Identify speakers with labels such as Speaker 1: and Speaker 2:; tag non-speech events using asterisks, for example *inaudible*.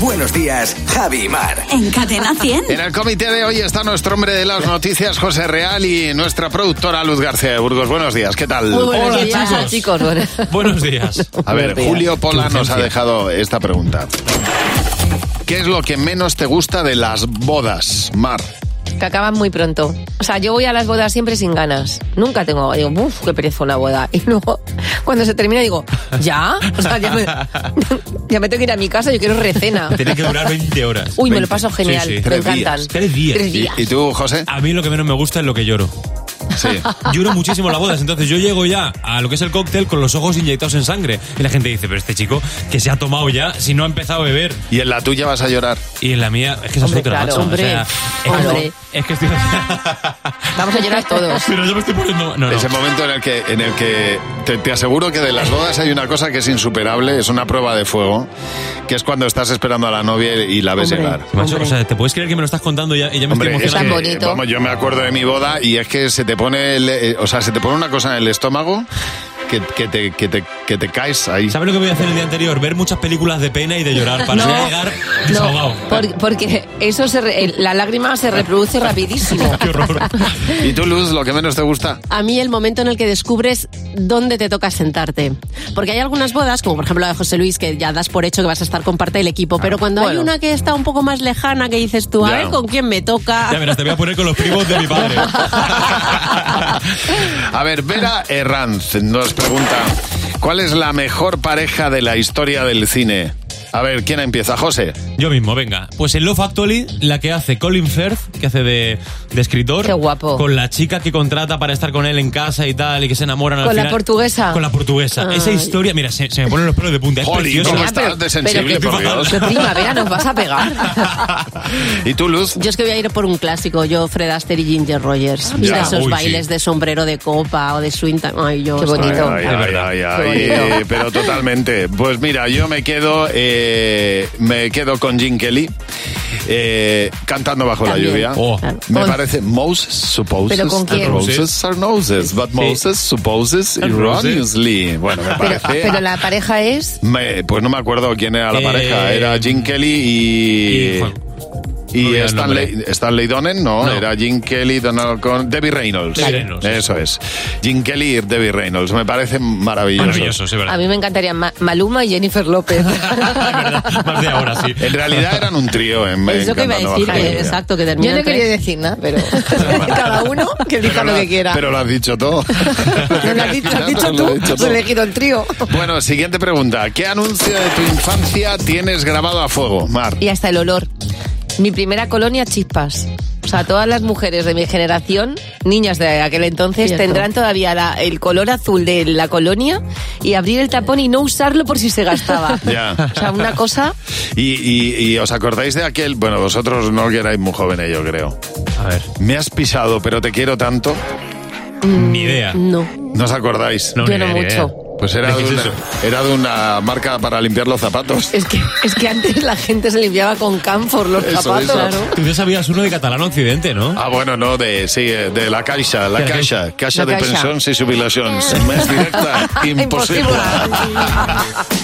Speaker 1: Buenos días, Javi y Mar.
Speaker 2: En Cadena 100.
Speaker 3: En el comité de hoy está nuestro hombre de las noticias, José Real, y nuestra productora Luz García de Burgos. Buenos días, ¿qué tal?
Speaker 4: buenos
Speaker 5: Hola,
Speaker 4: días,
Speaker 5: chicos.
Speaker 4: chicos, bueno.
Speaker 5: *laughs* Buenos días.
Speaker 3: A ver, Julio Pola nos ha dejado esta pregunta. ¿Qué es lo que menos te gusta de las bodas, Mar?
Speaker 4: *laughs* Que acaban muy pronto. O sea, yo voy a las bodas siempre sin ganas. Nunca tengo. Digo, uff, qué pereza una boda. *laughs* Y luego, cuando se termina, digo, ¿ya? O sea, ya me, *laughs* ya me tengo que ir a mi casa, yo quiero recena.
Speaker 5: Tiene que durar 20 horas.
Speaker 4: Uy, me lo
Speaker 5: 20.
Speaker 4: paso
Speaker 5: Sí,
Speaker 4: genial.
Speaker 5: sí.
Speaker 4: Me
Speaker 3: Tres
Speaker 4: encantan.
Speaker 3: días.
Speaker 5: Tres días.
Speaker 4: Tres
Speaker 3: ¿Y,
Speaker 4: días.
Speaker 3: y tú,
Speaker 5: *laughs*
Speaker 3: José?
Speaker 5: A mí lo que menos me gusta es lo que lloro.
Speaker 3: Sí.
Speaker 5: Lloro muchísimo en las bodas, entonces yo llego ya a lo que es el cóctel con los ojos inyectados en sangre. Y la gente dice, pero este chico que se ha tomado ya si no ha empezado a beber.
Speaker 3: ¿Y en la tuya vas a llorar?
Speaker 5: Y en la mía, es que esa es
Speaker 4: Hombre,
Speaker 5: otra,
Speaker 4: claro,
Speaker 5: macho.
Speaker 4: hombre,
Speaker 5: o sea, es,
Speaker 4: hombre.
Speaker 5: Que, es que estoy...
Speaker 4: Vamos a llorar *laughs* todos.
Speaker 5: pero yo me estoy poniendo... No, no.
Speaker 3: Ese momento en el que, en el que te, te aseguro que de las bodas hay una cosa que es insuperable, es una prueba de fuego, que es cuando estás esperando a la novia y la ves
Speaker 4: Hombre.
Speaker 3: llegar.
Speaker 5: Macho,
Speaker 4: Hombre.
Speaker 5: o sea, ¿te puedes creer que me lo estás contando y ya, y ya me
Speaker 3: Hombre,
Speaker 5: estoy
Speaker 3: es
Speaker 4: Tan
Speaker 3: que,
Speaker 5: emocionando?
Speaker 4: bonito.
Speaker 3: vamos, yo me acuerdo de mi boda y es que se te pone, el- eh, o sea, se te pone una cosa en el estómago que, que te, que, te, que te caes ahí.
Speaker 5: ¿Sabes lo que voy a hacer el día anterior? Ver muchas películas de pena y de llorar para no, llegar desahogado.
Speaker 4: no, por- porque eso se re- el- la lágrima se reproduce rapidísimo.
Speaker 5: Qué horror.
Speaker 3: ¿Y tú, Luz, lo que menos te gusta? *laughs*
Speaker 6: a mí el momento en el que descubres dónde te toca sentarte. Porque hay algunas bodas, como por ejemplo la de José Luis, que ya das por hecho que vas a estar con parte del equipo, pero cuando hay
Speaker 4: bueno.
Speaker 6: una que está un poco más lejana, que dices tú, a
Speaker 3: Ah, Ya.
Speaker 6: ver con quién me toca.
Speaker 5: Ya verás, te voy a poner con los primos de mi padre.
Speaker 3: A ver, Vera Herranz nos pregunta, ¿cuál es la mejor pareja de la historia del cine? A ver, ¿quién empieza? José.
Speaker 5: Yo mismo, venga. Pues en Love Actually, la que hace Colin Firth, que hace de, de escritor.
Speaker 4: Qué guapo.
Speaker 5: Con la chica que contrata para estar con él en casa y tal, y que se enamoran al
Speaker 4: Con la
Speaker 5: final.
Speaker 4: portuguesa. Ah.
Speaker 5: Con la portuguesa. Esa
Speaker 4: Ay.
Speaker 5: historia, mira, se, se me ponen los pelos de punta. Es
Speaker 3: Jolín,
Speaker 5: preciosa.
Speaker 3: ¿cómo
Speaker 4: Ah,
Speaker 3: estás de sensible,
Speaker 4: pero que-
Speaker 3: por Dios?
Speaker 4: que primavera nos vas a pegar.
Speaker 3: *laughs* ¿Y tú, Luz?
Speaker 6: Yo es que voy a ir por un clásico, yo Fred Astaire y Ginger Rogers.
Speaker 3: Ah, mira.
Speaker 6: Mira esos
Speaker 5: Uy, sí.
Speaker 6: bailes de sombrero de copa o de swing. time. Ay, yo.
Speaker 4: Qué bonito.
Speaker 3: Ay, ay,
Speaker 5: Es
Speaker 3: ay,
Speaker 5: verdad.
Speaker 3: ay, ay,
Speaker 4: Qué bonito.
Speaker 3: eh, pero totalmente. Pues mira, yo me quedo, eh, me quedo con Jim Kelly eh, cantando bajo la
Speaker 6: También.
Speaker 3: lluvia.
Speaker 5: Oh.
Speaker 3: Me
Speaker 4: Con-
Speaker 3: parece Moses supposes
Speaker 4: ¿Pero con
Speaker 3: and
Speaker 4: quién?
Speaker 3: roses are noses, but Moses supposes
Speaker 5: And roses.
Speaker 3: erroneously. Bueno, me
Speaker 4: *laughs* Pero,
Speaker 3: parece. ah.
Speaker 4: pero la pareja es.
Speaker 3: me- pues no me acuerdo quién era la
Speaker 5: Eh,
Speaker 3: pareja. Era Jim Kelly
Speaker 5: Y
Speaker 3: y.
Speaker 5: Juan.
Speaker 3: y
Speaker 5: Olvida el
Speaker 3: Stanley, Stanley Donen, no,
Speaker 5: No.
Speaker 3: era Jim Kelly, Donald con Debbie Reynolds.
Speaker 5: Debbie Reynolds.
Speaker 3: Eso es. Jim Kelly y Debbie Reynolds. Me parecen maravillosos.
Speaker 5: Maravilloso, sí,
Speaker 4: A
Speaker 5: verdad.
Speaker 4: mí me encantaría Ma- Maluma y Jennifer
Speaker 5: *laughs*
Speaker 4: López.
Speaker 5: Es verdad. Más de
Speaker 4: Ah.
Speaker 5: ahora, sí.
Speaker 3: En realidad eran un trío en
Speaker 4: Pues
Speaker 6: Es lo que iba a
Speaker 3: Cantando Bajo
Speaker 6: decir,
Speaker 4: eh,
Speaker 3: la
Speaker 6: que,
Speaker 3: Lluvia.
Speaker 6: exacto, que
Speaker 4: Yo
Speaker 6: termina
Speaker 4: no quería decir nada,
Speaker 3: *laughs*
Speaker 4: pero cada uno que elija
Speaker 3: Pero
Speaker 4: lo
Speaker 3: la-
Speaker 4: que quiera.
Speaker 3: Pero lo has dicho todo.
Speaker 4: *laughs* Pero lo has dicho, lo has dicho
Speaker 3: Lo he
Speaker 4: tú,
Speaker 3: dicho
Speaker 4: has
Speaker 3: todo.
Speaker 4: elegido el trío.
Speaker 3: Bueno, siguiente pregunta. ¿Qué anuncio de tu infancia tienes grabado a fuego, Mar?
Speaker 4: Y hasta el olor. Mi primera colonia, chispas. O sea, todas las mujeres de mi generación, niñas de aquel entonces,
Speaker 6: Cierto.
Speaker 4: tendrán todavía la- el color azul de la colonia y abrir el tapón y no usarlo por si se gastaba.
Speaker 3: *laughs* Ya.
Speaker 4: O sea, una cosa
Speaker 3: Y, y- y os acordáis de aquel, bueno, vosotros no que erais muy jóvenes, yo creo.
Speaker 5: A ver,
Speaker 3: Me has pisado, pero te quiero tanto.
Speaker 5: ni idea.
Speaker 6: No.
Speaker 3: ¿No os acordáis?
Speaker 5: No,
Speaker 4: Mm, Yo
Speaker 5: ni
Speaker 4: no
Speaker 5: idea, ni idea.
Speaker 4: mucho.
Speaker 3: Pues era de,
Speaker 5: ¿Qué es
Speaker 3: una,
Speaker 5: eso?
Speaker 3: era de una marca para limpiar los zapatos.
Speaker 4: Es que, es que antes la gente se limpiaba con camphor los
Speaker 3: Eso,
Speaker 4: zapatos.
Speaker 3: eso.
Speaker 4: Claro.
Speaker 5: Tú ya sabías uno de Catalán Occidente, ¿no?
Speaker 3: Ah, bueno, no, de, sí, eh, de la Caixa, la
Speaker 5: De la
Speaker 3: Caixa, Caixa
Speaker 4: La
Speaker 3: de
Speaker 4: Caixa.
Speaker 3: Pensions y Jubilacions. Más directa, imposible.
Speaker 4: Imposible.